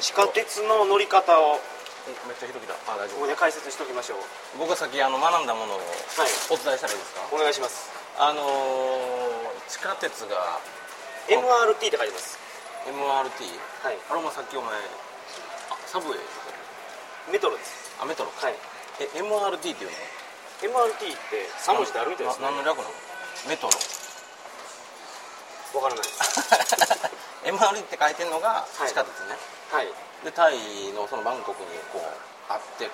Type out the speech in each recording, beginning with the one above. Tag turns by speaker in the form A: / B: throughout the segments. A: 地下鉄の乗り方を
B: めっちゃ広げたあ大丈
A: ここで
B: 夫
A: 解説しておきましょう
B: 僕は先あの学んだものを
A: はい
B: お伝えしたらいいですか、
A: お願いします
B: あのー地下鉄が
A: MRT って書いてます
B: MRT
A: はい
B: あれお前さっきお前あサブウェイ
A: メトロです
B: アメトロか
A: はい
B: え MRT っていうの
A: MRT って3文字であるみたいですね
B: な何の略なのメトロ
A: わからないです
B: MRT って書いてるのが
A: い
B: 地下鉄ね、
A: はい
B: でタイのそのバンコクにこうあって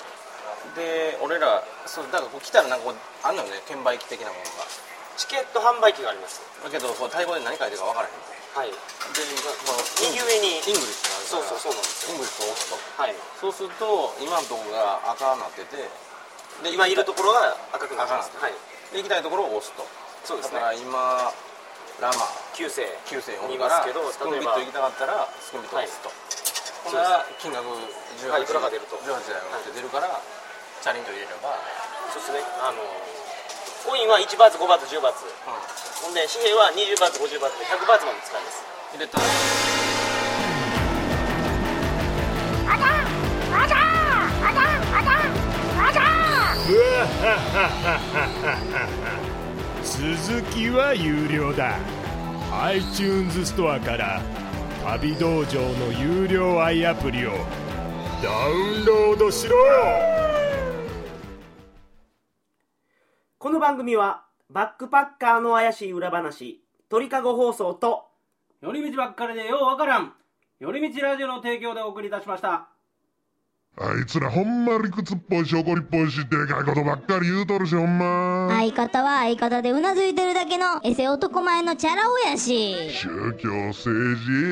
B: で俺らそうだからこう来たらなんかこうあんのよね券売機的なものが
A: チケット販売機があります
B: だけどこうタイ語で何書いてるか分からへんで
A: はい
B: この
A: 右上に
B: イングリッシュ
A: そう
B: があるから
A: そうそうなんですよ
B: イ
A: はい
B: ングリッシュを押すとそうすると今のところが赤になっててで
A: 今いると
B: こ
A: ころは赤くなってます
B: 赤
A: はい
B: 行きたいところを押すと
A: そうで
B: だ
A: す
B: か
A: ね
B: ら今ラマ
A: 旧世
B: 9 0
A: 見
B: 円
A: ま
B: から
A: すけど
B: スクン
A: 例え
B: ビッ
A: ば
B: ト行きたかったらスクンビット押すと、ほんなら金額18
A: はいいくらが出ると
B: 18だよって出るから、チャリンと入れれば、
A: そうですねあのコインは1バーツ5バーツ10バーツほんで紙幣は20バーツ50バーツで100バーツまで使います
B: 入れたら
C: あだあだあだあだあだ
D: うわははははは 続きは有料だ iTunes ストアから旅道場の有料 i アプリをダウンロードしろよ
E: この番組はバックパッカーの怪しい裏話鳥かご放送と
F: 寄り道ばっかりでようわからん寄り道ラジオの提供でお送りいたしました
G: あいつらほんま理屈っぽいしょこりっぽいしでかいことばっかり言うとるしほんま
H: 相方は相方でうなずいてるだけのエセ男前のチャラ男やし
G: 宗教政治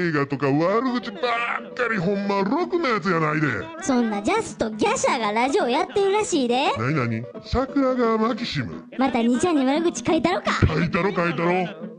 G: 映画とか悪口ばっかりほんまろくなやつやないで
H: そんなジャスとギャシャがラジオやってるらしいで
G: なになに桜川マキシム
H: また兄ちゃんに悪口書いたろか
G: 書いたろ書いたろ